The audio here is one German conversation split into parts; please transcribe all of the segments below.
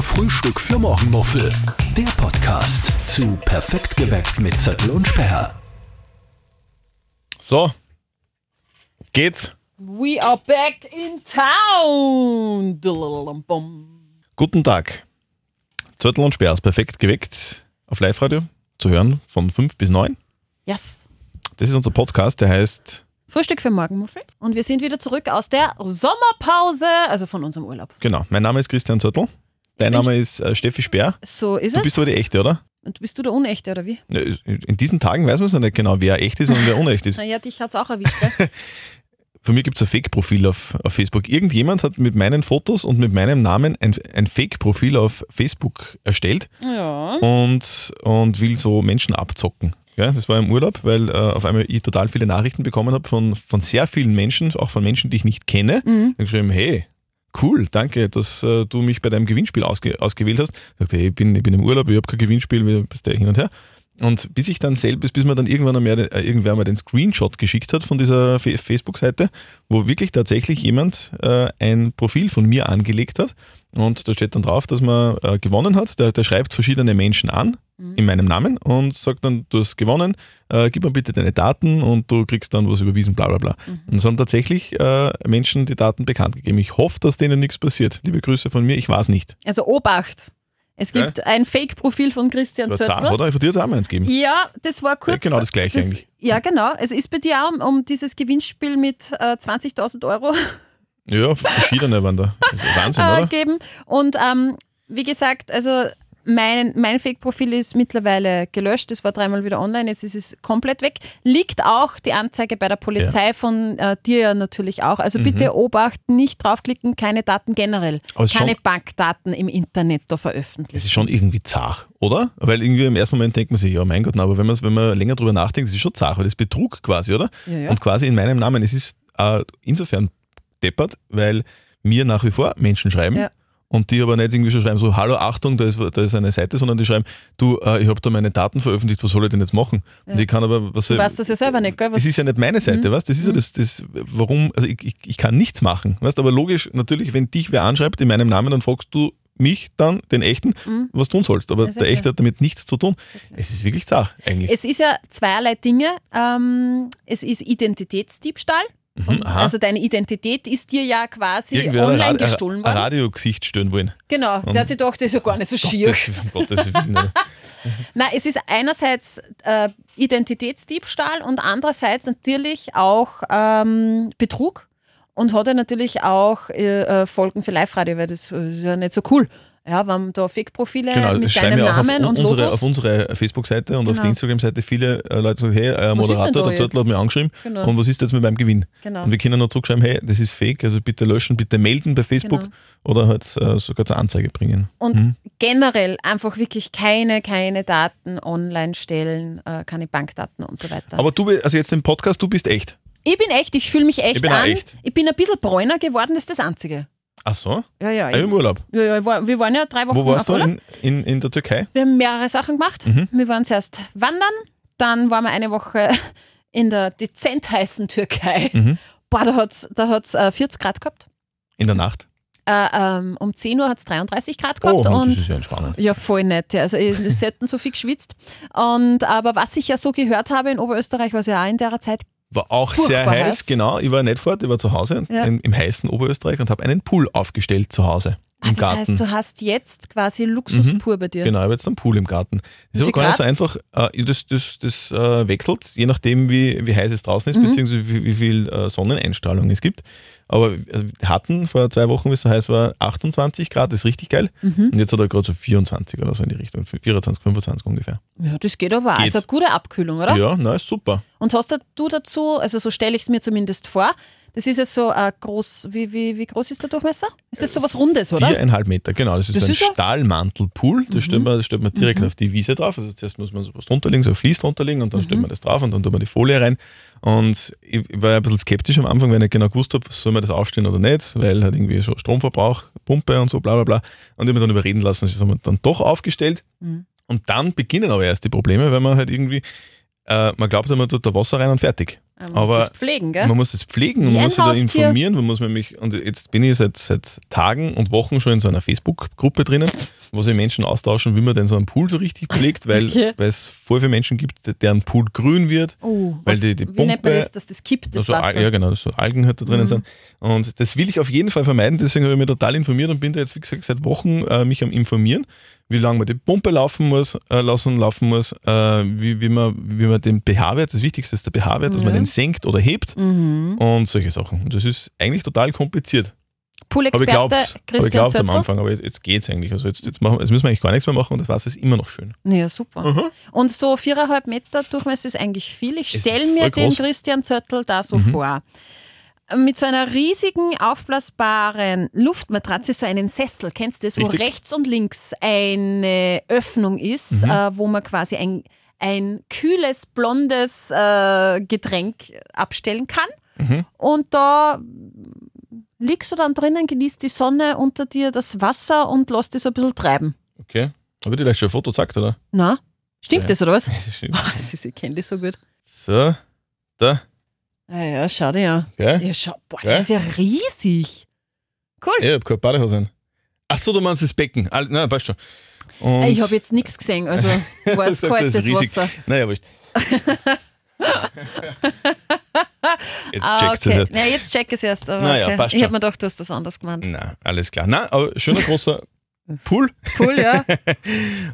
Frühstück für Morgenmuffel. Der Podcast zu Perfekt geweckt mit Zettel und Sperr. So. Geht's? We are back in town. Dalalalambum. Guten Tag. Zürtel und Sperrs, perfekt geweckt auf Live-Radio zu hören von 5 bis 9. Yes. Das ist unser Podcast, der heißt, Frühstück für Morgenmuffel. Und wir sind wieder zurück aus der Sommerpause, also von unserem Urlaub. genau, mein Name ist Christian Zürtel. Dein Name ist äh, Steffi Sperr. So ist Du es. bist aber die echte, oder? Und bist du der Unechte, oder wie? Ja, In diesen Tagen weiß man es ja nicht genau, wer echt ist und wer unecht ist. Naja, dich hat's auch erwischt. gell? Von mir gibt's ein Fake-Profil auf, auf Facebook. Irgendjemand hat mit meinen Fotos und mit meinem Namen ein, ein Fake-Profil auf Facebook erstellt ja. und, und will so Menschen abzocken. Ja, das war im Urlaub, weil äh, auf einmal ich total viele Nachrichten bekommen habe von, von sehr vielen Menschen, auch von Menschen, die ich nicht kenne. Mhm. Dann geschrieben, hey, cool, danke, dass äh, du mich bei deinem Gewinnspiel ausge ausgewählt hast. Ich sagte, hey, ich bin, ich bin im Urlaub, ich habe kein Gewinnspiel, wir- bis der hin und her. Und bis ich dann selbst, bis mir dann irgendwann einmal, äh, irgendwer mal den Screenshot geschickt hat von dieser Fe- Facebook-Seite, wo wirklich tatsächlich jemand äh, ein Profil von mir angelegt hat. Und da steht dann drauf, dass man äh, gewonnen hat. Der, der schreibt verschiedene Menschen an in meinem Namen und sagt dann, du hast gewonnen, äh, gib mir bitte deine Daten und du kriegst dann was überwiesen, bla bla bla. Und es haben tatsächlich äh, Menschen die Daten bekannt gegeben. Ich hoffe, dass denen nichts passiert. Liebe Grüße von mir, ich weiß nicht. Also Obacht. Es Gell? gibt ein Fake-Profil von Christian Das war zart, Zöttler. oder? Ich würde dir jetzt auch mal eins geben. Ja, das war kurz. Ja, genau das Gleiche eigentlich. Ja, genau. Es ist bei dir auch um, um dieses Gewinnspiel mit äh, 20.000 Euro Ja, verschiedene waren da. Das ist Wahnsinn, äh, oder? geben. Und ähm, wie gesagt, also mein, mein Fake-Profil ist mittlerweile gelöscht. Es war dreimal wieder online, jetzt ist es komplett weg. Liegt auch die Anzeige bei der Polizei von äh, dir ja natürlich auch. Also bitte Obacht, nicht draufklicken, keine Daten generell. Mhm. Aber es ist keine schon- Bankdaten im Internet da Es veröffentlichen. ist schon irgendwie zart, oder? Weil irgendwie im ersten Moment denkt man sich, ja mein Gott, na, aber wenn, man's- wenn man länger drüber nachdenkt, ist es schon zart, weil das ist Betrug quasi, oder? Ja, ja. Und quasi in meinem Namen. Es ist äh, insofern deppert, weil mir nach wie vor Menschen schreiben Ja. und die aber nicht irgendwie schon schreiben, so, hallo, Achtung, da ist, da ist eine Seite, sondern die schreiben, du, äh, ich habe da meine Daten veröffentlicht, was soll ich denn jetzt machen? Und ich kann aber, was Du weißt das ja selber nicht, gell? es ist Was, Hm? ja nicht meine Seite, weißt Das ist ja das, das, warum, also ich, ich, ich kann nichts machen, weißt Aber logisch, natürlich, wenn dich wer anschreibt in meinem Namen, dann fragst du mich dann, den Echten, was tun sollst. Aber Hm? Ja, sehr der klar. Echte hat damit nichts zu tun. Es ist wirklich zart, eigentlich. es ist ja zweierlei Dinge. Ähm, es ist Identitätsdiebstahl. Von, Mhm, aha. also deine Identität ist dir ja quasi hat ein online Ra- gestohlen ein worden. Radiogesicht stören wollen. Genau, Mhm. der hat sich gedacht, das ist ja gar nicht so schier. Das, um Gottes Willen. Na, es ist einerseits äh, Identitätsdiebstahl und andererseits natürlich auch ähm, Betrug und hat ja natürlich auch äh, äh, Folgen für Live-Radio, weil das äh, ist ja nicht so cool. Ja, wir haben da Fake-Profile Genau, Äh, mit das deinem schreiben ja auch Namen auf, und unsere, Logos. auf unsere Facebook-Seite und auf Genau. der Instagram-Seite viele äh, Leute sagen, hey, äh, Was ist denn da Moderator, der jetzt? Zettel hat mich angeschrieben Genau. und was ist jetzt mit meinem Gewinn? Genau. Und wir können noch zurückschreiben, hey, das ist fake, also bitte löschen, bitte melden bei Facebook Genau. oder halt äh, sogar zur Anzeige bringen. Und generell einfach wirklich keine, keine Daten online stellen, äh, keine Bankdaten und so weiter. Aber du, bi- also jetzt im Podcast, du bist echt. ich bin echt, ich fühle mich echt Ich bin auch an. echt. Ich bin ein bisschen bräuner geworden, das ist das Einzige. Ach so? Ja, ja, Ah, Im ich, Urlaub. ja, ja ich war, wir waren ja drei Wochen Wo warst auf du? Mhm. Urlaub. In, in, in der Türkei? Wir haben mehrere Sachen gemacht. Wir waren zuerst wandern, dann waren wir eine Woche in der dezent heißen Türkei. Mhm. Boah, da hat es da hat's, äh, 40 Grad gehabt. In der Nacht? Äh, ähm, um 10 Uhr hat es 33 Oh, Grad gehabt. das ist und ja entspannend. ja, voll nett. Ja. Also, ich ich selten so viel geschwitzt. Und, aber was ich ja so gehört habe in Oberösterreich, war es ja auch in der Zeit. War auch sehr Furchtbar heiß, heiß. genau. Ich war nicht fort, ich war zu Hause Ja. in, im heißen Oberösterreich und habe einen Pool aufgestellt zu Hause. Im Ah, das Garten. heißt, du hast jetzt quasi Luxus pur bei dir. Genau, ich habe jetzt einen Pool im Garten. Das ist Wie aber viel gar nicht so einfach. Äh, Das, das, das äh, wechselt, je nachdem, wie, wie heiß es draußen ist, beziehungsweise wie, wie viel äh, Sonneneinstrahlung es gibt. Aber also, wir hatten vor zwei Wochen, wie es so heiß war, 28 Grad, das ist richtig geil. Und jetzt hat er gerade so 24 oder so in die Richtung, 24, 25 ungefähr. Ja, das geht aber auch. Geht. Also eine gute Abkühlung, oder? Ja, na, ist super. Und hast du dazu, also so stelle ich es mir zumindest vor, das ist ja so äh, groß, wie, wie, wie groß ist der Durchmesser? Ist das so was Rundes, oder? Viereinhalb Meter, genau. Das ist Das ein ist Mhm. er. Stahlmantelpool. Da stellt, man, da stellt man direkt auf die Wiese drauf. Also zuerst muss man so was drunterlegen, so ein Vlies drunterlegen und dann Mhm. stellt man das drauf und dann tut man die Folie rein. Und ich ich war ein bisschen skeptisch am Anfang, weil ich nicht genau gewusst habe, soll man das aufstellen oder nicht, weil halt irgendwie so Stromverbrauch, Pumpe und so, bla bla bla. Und ich habe mich dann überreden lassen, das haben wir dann doch aufgestellt. Mhm. Und dann beginnen aber erst die Probleme, weil man halt irgendwie, äh, man glaubt, man tut da Wasser rein und fertig. Man muss Aber Ah, das pflegen, gell? Man muss das pflegen, Wie man ein muss sich da Haustier. informieren, man muss nämlich, und jetzt bin ich seit, seit Tagen und Wochen schon in so einer Facebook-Gruppe drinnen, wo sich Menschen austauschen, wie man denn so einen Pool so richtig pflegt, weil Okay. weil es voll viele Menschen gibt, deren Pool grün wird, Oh, weil was, die, die wie nennt man Pumpe, das, dass das kippt, das also, Al- Wasser? Mhm. ja genau, so Algen halt da drinnen sind. Und das will ich auf jeden Fall vermeiden, deswegen habe ich mich total informiert und bin da jetzt, wie gesagt, seit Wochen äh, mich am informieren, wie lange man die Pumpe laufen muss, äh, lassen laufen muss, äh, wie, wie, man, wie man den pH-Wert, das Wichtigste ist der pH-Wert, dass man Ja. den senkt oder hebt Mhm. und solche Sachen. Und das ist eigentlich total kompliziert. Aber ich glaube, Pool-Experte ich Christian glaub's am Zöttl. Anfang, aber jetzt, jetzt geht's eigentlich. Also jetzt, jetzt, machen, wir- jetzt müssen wir eigentlich gar nichts mehr machen und das Wasser ist immer noch schön. Ja, super. Und so viereinhalb Meter Durchmesser ist eigentlich viel. Ich Mhm. Es stelle ist mir voll den groß. Mhm. Christian Zöttl da so vor. Mit so einer riesigen, aufblasbaren Luftmatratze, so einen Sessel, kennst du das, wo Richtig. rechts und links eine Öffnung ist, Mhm. äh, wo man quasi ein, ein kühles, blondes äh, Getränk abstellen kann. Mhm. Und da liegst du dann drinnen, genießt die Sonne unter dir, das Wasser und lässt dich so ein bisschen treiben. Okay. Habe ich dir gleich schon ein Foto gezeigt, oder? Na? Stimmt Ja. das, oder was? Sie, sie kennen das so gut. So, da. Ah ja, schau dir an. Okay. Ja, schau, boah, Ja? der ist ja riesig. Cool. Ich habe keine Badehose an. Ach so, du meinst das Becken. Ah, Nein, passt schon. Und ich habe jetzt nichts gesehen, also war es Sagt, kalt, das ist das riesig. Wasser. Naja, wurscht. jetzt Ah, checkt's das okay. erst. Na, jetzt check es erst. Aber Naja, okay. passt ich schon. habe mir gedacht, du hast das anders gemeint. Na, alles klar. Na, aber schöner großer Pool Cool, ja.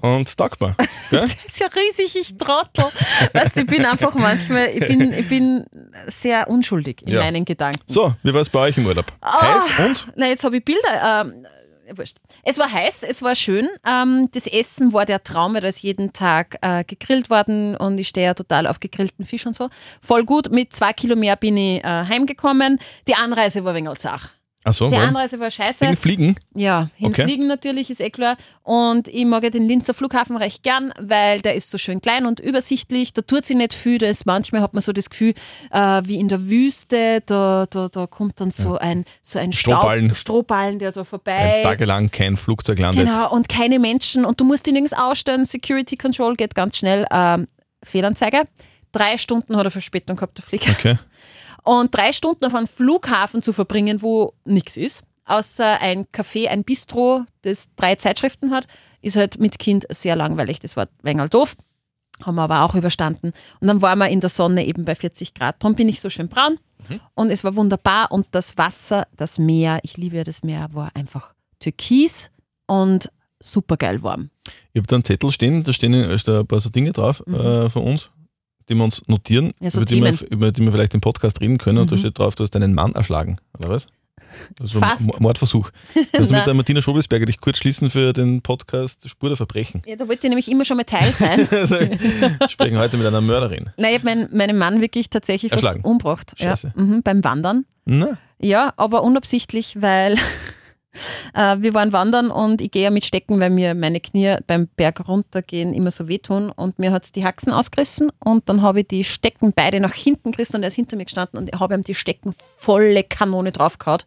und dankbar. Der ist ja riesig, ich Trottel. Weißt du, ich bin einfach manchmal, ich bin, ich bin sehr unschuldig in Ja. meinen Gedanken. So, wie war es bei euch im Urlaub? Ah. Heiß und? Na, jetzt habe ich Bilder. Ähm, wurscht. Es war heiß, es war schön. Ähm, das Essen war der Traum, weil da ist jeden Tag äh, gegrillt worden und ich stehe ja total auf gegrillten Fisch und so. Voll gut, mit zwei Kilo mehr bin ich äh, heimgekommen. Die Anreise war ein wenig Sach. Ach so, Die wollen- Anreise war scheiße. wegen Fliegen. Ja, Okay. hinfliegen natürlich ist eh klar. Und ich mag ja den Linzer Flughafen recht gern, weil der ist so schön klein und übersichtlich. Da tut sich nicht viel. Da ist, manchmal hat man so das Gefühl, äh, wie in der Wüste, da, da, da kommt dann so ein, so ein Staub- Strohballen. Strohballen, der da vorbei. Tagelang kein Flugzeug landet. Genau, und keine Menschen. Und du musst ihn nirgends ausstellen. Security Control geht ganz schnell. Ähm, Fehlanzeige. Drei Stunden hat er Verspätung gehabt, der Flieger. Okay. Und drei Stunden auf einem Flughafen zu verbringen, wo nichts ist, außer ein Café, ein Bistro, das drei Zeitschriften hat, ist halt mit Kind sehr langweilig. Das war Wengel doof. Haben wir aber auch überstanden. Und dann waren wir in der Sonne eben bei 40 Grad. Darum bin ich so schön braun. Mhm. Und es war wunderbar. Und das Wasser, das Meer, ich liebe ja das Meer, war einfach türkis und supergeil warm. Ich habe da einen Zettel stehen, da stehen äh, da stehen ein paar so Dinge drauf äh, von uns, die wir uns notieren, Mhm. Ja, so über, die Themen. wir, über die wir vielleicht im Podcast reden können. Und da Mhm. steht drauf, du hast deinen Mann erschlagen, oder was? Das war Fast. Mo- Mordversuch. Du hast Nein. mit der Martina Schobelsberger dich kurz schließen für den Podcast Spur der Verbrechen. Ja, da wollte ich nämlich immer schon mal Teil sein. Also, wir sprechen heute mit einer Mörderin. Nein, ich habe meinen, meinen Mann wirklich tatsächlich fast Erschlagen. umgebracht. Ja, Scheiße. mhm, beim Wandern. Na, Ja, aber unabsichtlich, weil äh, wir waren wandern und ich gehe ja mit Stecken, weil mir meine Knie beim Berg runtergehen immer so wehtun und mir hat's die Haxen ausgerissen und dann habe ich die Stecken beide nach hinten gerissen und er ist hinter mir gestanden und ich habe ihm die Stecken volle Kanone draufgehauen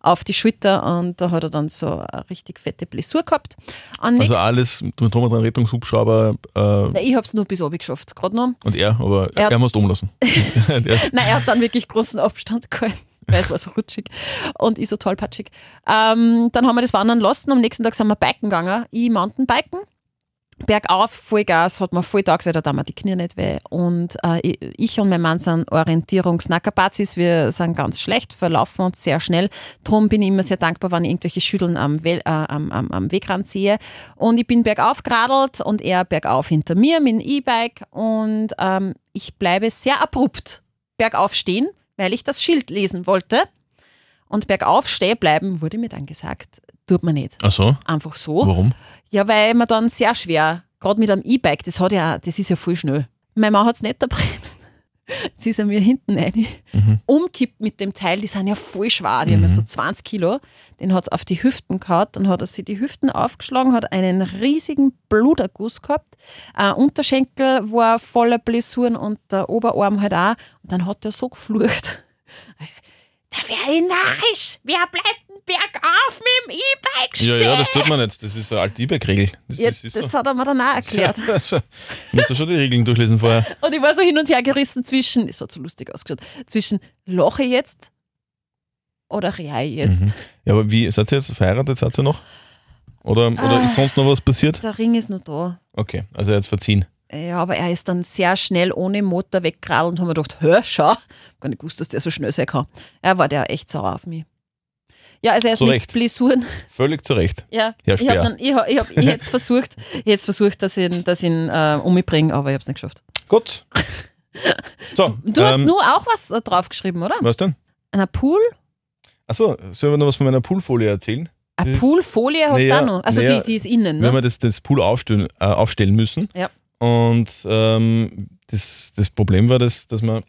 auf die Schulter und da hat er dann so eine richtig fette Blessur gehabt. Am also nächsten- alles mit Thomas dran, Rettungshubschrauber äh, Nein, ich habe es nur bis oben geschafft, gerade noch. und er, aber Er- er, er muss umlassen. Der ist- Nein, er hat dann wirklich großen Abstand gehalten, weil es war so rutschig und ich so tollpatschig. Ähm, dann haben wir das wandern lassen. Am nächsten Tag sind wir biken gegangen. Ich Mountainbiken. Bergauf, Vollgas, hat mir voll taugt, weil da tun mir die Knie nicht weh. Und äh, ich- ich und mein Mann sind Orientierungsnackerbazis. Wir sind ganz schlecht, verlaufen uns sehr schnell. Drum bin ich immer sehr dankbar, wenn ich irgendwelche Schütteln am, Wel- äh, am, am, am Wegrand sehe. Und ich bin bergauf geradelt und er bergauf hinter mir mit dem E-Bike. Und ähm, ich bleibe sehr abrupt bergauf stehen, weil ich das Schild lesen wollte. Und bergauf stehen bleiben, wurde mir dann gesagt, tut man nicht. Ach so, Einfach so. warum? Ja, weil man dann sehr schwer, gerade mit einem E-Bike, das hat ja, das ist ja voll schnell. Mein Mann hat es nicht erbremst. Jetzt ist er mir hinten rein. Mhm. Umkippt mit dem Teil, die sind ja voll schwer, die haben ja so 20 Kilo. Den hat es auf die Hüften gehauen, dann hat er sich die Hüften aufgeschlagen, hat einen riesigen Bluterguss gehabt. Äh, Unterschenkel war voller Blessuren und der Oberarm halt auch. Und dann hat er so geflucht Da wäre ich narrisch. Wer bleibt denn bergauf mit dem E-Bike Ja, stehen? ja, das tut man nicht. Das ist eine alte E-Bike-Regel. Das, Ja, ist- ist das so. hat er mir dann auch erklärt. Also, musst du schon die Regeln durchlesen vorher. Und ich war so hin und her gerissen zwischen, das hat so lustig ausgeschaut, zwischen lache ich jetzt oder rei ich jetzt. Ja, aber wie, seid ihr jetzt verheiratet? Seid ihr noch? Oder, oder Ah. ist sonst noch was passiert? Der Ring ist noch da. Okay, also jetzt verziehen. Ja, aber er ist dann sehr schnell ohne Motor weggeradelt und haben mir gedacht, hör, schau, hab gar nicht gewusst, dass der so schnell sein kann. Er war der echt sauer auf mich. Ja, also er ist Zu mit Recht. Blessuren. Völlig zu Recht. Ja, Herr ich habe Speer. dann, ich hab, ich hab, ich hätt's versucht, ich hätt's versucht, dass ich ihn, dass ich ihn äh, umbringe, aber ich habe es nicht geschafft. Gut. So, ähm, Du hast nur auch was äh, draufgeschrieben, oder? Was denn? Ein Pool? Achso, sollen wir noch was von meiner Poolfolie erzählen? Eine Das- Poolfolie hast Naja, du auch noch. Also naja, die, die ist innen, Wir ne? haben ja das, das Pool aufstellen, äh, aufstellen müssen. Ja. Und ähm, das, das Problem war, dass, dass man.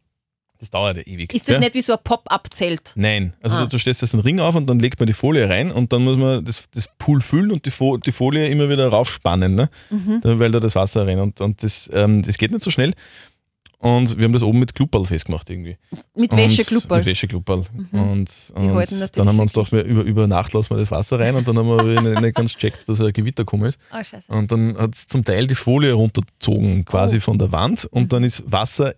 Das dauert ja ewig. Ist das ja? nicht wie so ein Pop-up-Zelt? Nein. Also Ah. du, du stellst jetzt einen Ring auf und dann legt man die Folie rein und dann muss man das, das Pool füllen und die, Fo die Folie immer wieder raufspannen, ne? Mhm. Da- weil da das Wasser rein. Und, und das, ähm, das geht nicht so schnell. Und wir haben das oben mit Klubberl festgemacht irgendwie. Mit Und- Wäscheklubberl. Mit Wäscheklubberl. Und, halten und natürlich dann haben wir uns gedacht, wir über, über Nacht lassen wir das Wasser rein und dann haben wir nicht, nicht ganz gecheckt, dass ein Gewitter gekommen ist. Oh, scheiße. Und dann hat es zum Teil die Folie runtergezogen, quasi Oh. von der Wand. Und dann ist Wasser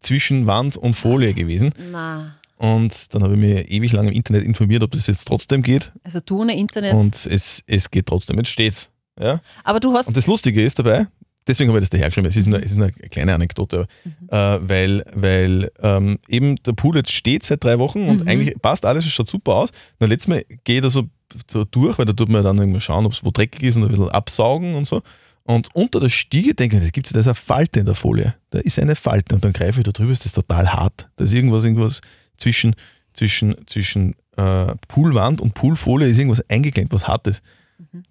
zwischen Wand und Ah. Folie gewesen. Na, Und dann habe ich mir ewig lang im Internet informiert, ob das jetzt trotzdem geht. also du ohne Internet. Und es, es geht trotzdem. Jetzt steht's. Ja? Aber du hast Und das Lustige ist dabei, deswegen habe ich das dahergeschrieben, es ist eine, es ist eine kleine Anekdote, aber, äh, weil, weil ähm, eben der Pool jetzt steht seit drei Wochen und Mhm. eigentlich passt alles, es schaut super aus. Dann letztes Mal gehe ich da so, so durch, weil da tut man ja dann immer schauen, ob es wo dreckig ist und ein bisschen absaugen und so. Und unter der Stiege denke ich, da gibt es ja da ist eine Falte in der Folie. Da ist eine Falte und dann greife ich da drüber, ist das total hart. Da ist irgendwas, irgendwas zwischen, zwischen, zwischen äh, Poolwand und Poolfolie ist irgendwas eingeklemmt, was Hartes.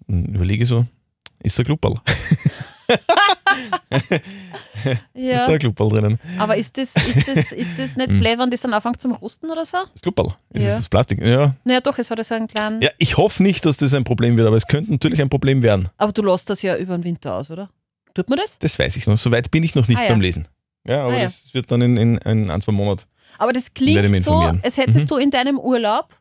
Dann überlege ich so, ist da Klubberl? Es Ist Mhm. da ja. ein Klubberl drinnen? Aber ist das, ist das, ist das nicht blöd, wenn das dann anfängt zum Rosten oder so? Das Klubberl. Es Ja. ist das Plastik. Ja. Naja, doch, es war da so ein kleinen. ja, ich hoffe nicht, dass das ein Problem wird, aber es könnte natürlich ein Problem werden. Aber du lässt das ja über den Winter aus, oder? Tut man das? Das weiß ich noch. Soweit bin ich noch nicht Ah, ja. beim Lesen. Ja, aber Ah, ja. das wird dann in, in, in ein, zwei Monaten. Aber das Werde klingt mich so, informieren. Mhm. als hättest du in deinem Urlaub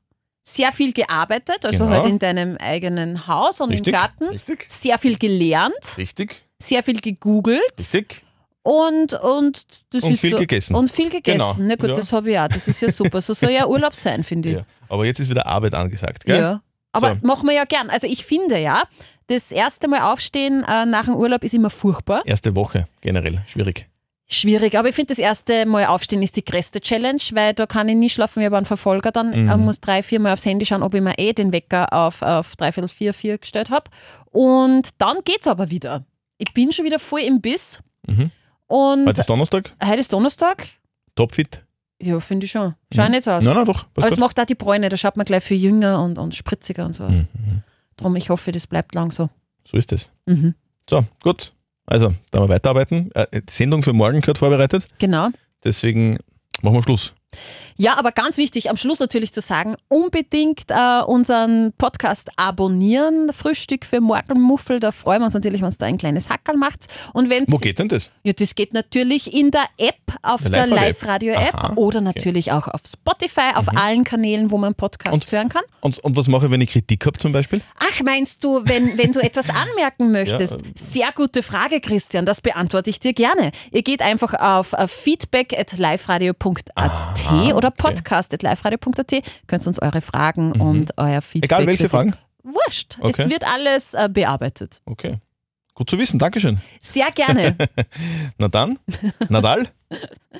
sehr viel gearbeitet, also Genau. halt in deinem eigenen Haus und im Richtig? Garten, Richtig? sehr viel gelernt, Richtig? sehr viel gegoogelt Richtig? und, und das Und ist viel so- gegessen. Und viel gegessen. Genau. Na gut, Ja. das habe ich auch. Das ist ja super. So soll ja Urlaub sein, finde ich. Ja. Aber jetzt ist wieder Arbeit angesagt, Ja. gell? Aber So. machen wir ja gern. Also ich finde ja, das erste Mal aufstehen äh, nach dem Urlaub ist immer furchtbar. Erste Woche generell. Schwierig. Schwierig, aber ich finde, das erste Mal aufstehen ist die größte Challenge, weil da kann ich nie schlafen, ich habe einen Verfolger dann, Mhm. äh, muss drei, vier Mal aufs Handy schauen, ob ich mir eh den Wecker auf, auf dreiviertel vier, vier gestellt habe. Und dann geht's aber wieder. Ich bin schon wieder voll im Biss. Mhm. Und Heute ist Donnerstag. heute ist Donnerstag. Topfit. Ja, finde ich schon. Schau Mhm. nicht so aus. Nein, nein, doch. Aber Passt es gut. macht auch die Bräune, da schaut man gleich viel jünger und, und spritziger und so aus. Mhm. Drum, ich hoffe, das bleibt lang so. So ist es. Mhm. So, gut. Also, da wir weiterarbeiten. Äh, die Sendung für morgen gehört vorbereitet. Genau. Deswegen machen wir Schluss. Ja, aber ganz wichtig, am Schluss natürlich zu sagen, unbedingt äh, unseren Podcast abonnieren. Frühstück für Morgenmuffel, da freuen wir uns natürlich, wenn ihr da ein kleines Hackerl macht. Und wenn Wo geht denn das? ja, das geht natürlich in der App, auf Der der Live-Radio-App. Live-Radio-App Aha, Mhm. oder natürlich auch auf Spotify, auf allen Kanälen, wo man Podcasts Und- hören kann. Und, und was mache ich, wenn ich Kritik habe zum Beispiel? Ach, meinst du, wenn, wenn du etwas anmerken möchtest? Ja, äh. Sehr gute Frage, Christian. Das beantworte ich dir gerne. Ihr geht einfach auf äh, feedback at liveradio.at oder podcast at liveradio.at. Könnt uns eure Fragen und euer Feedback. Mhm. Egal welche Kritik- Fragen. Wurscht. Es Okay. wird alles äh, bearbeitet. Okay. Gut zu wissen, Dankeschön. Sehr gerne. Na dann, Nadal.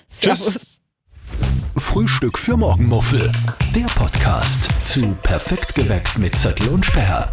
Tschüss. Servus. Frühstück für Morgenmuffel. Der Podcast zu Perfekt geweckt mit Zettel und Sperr.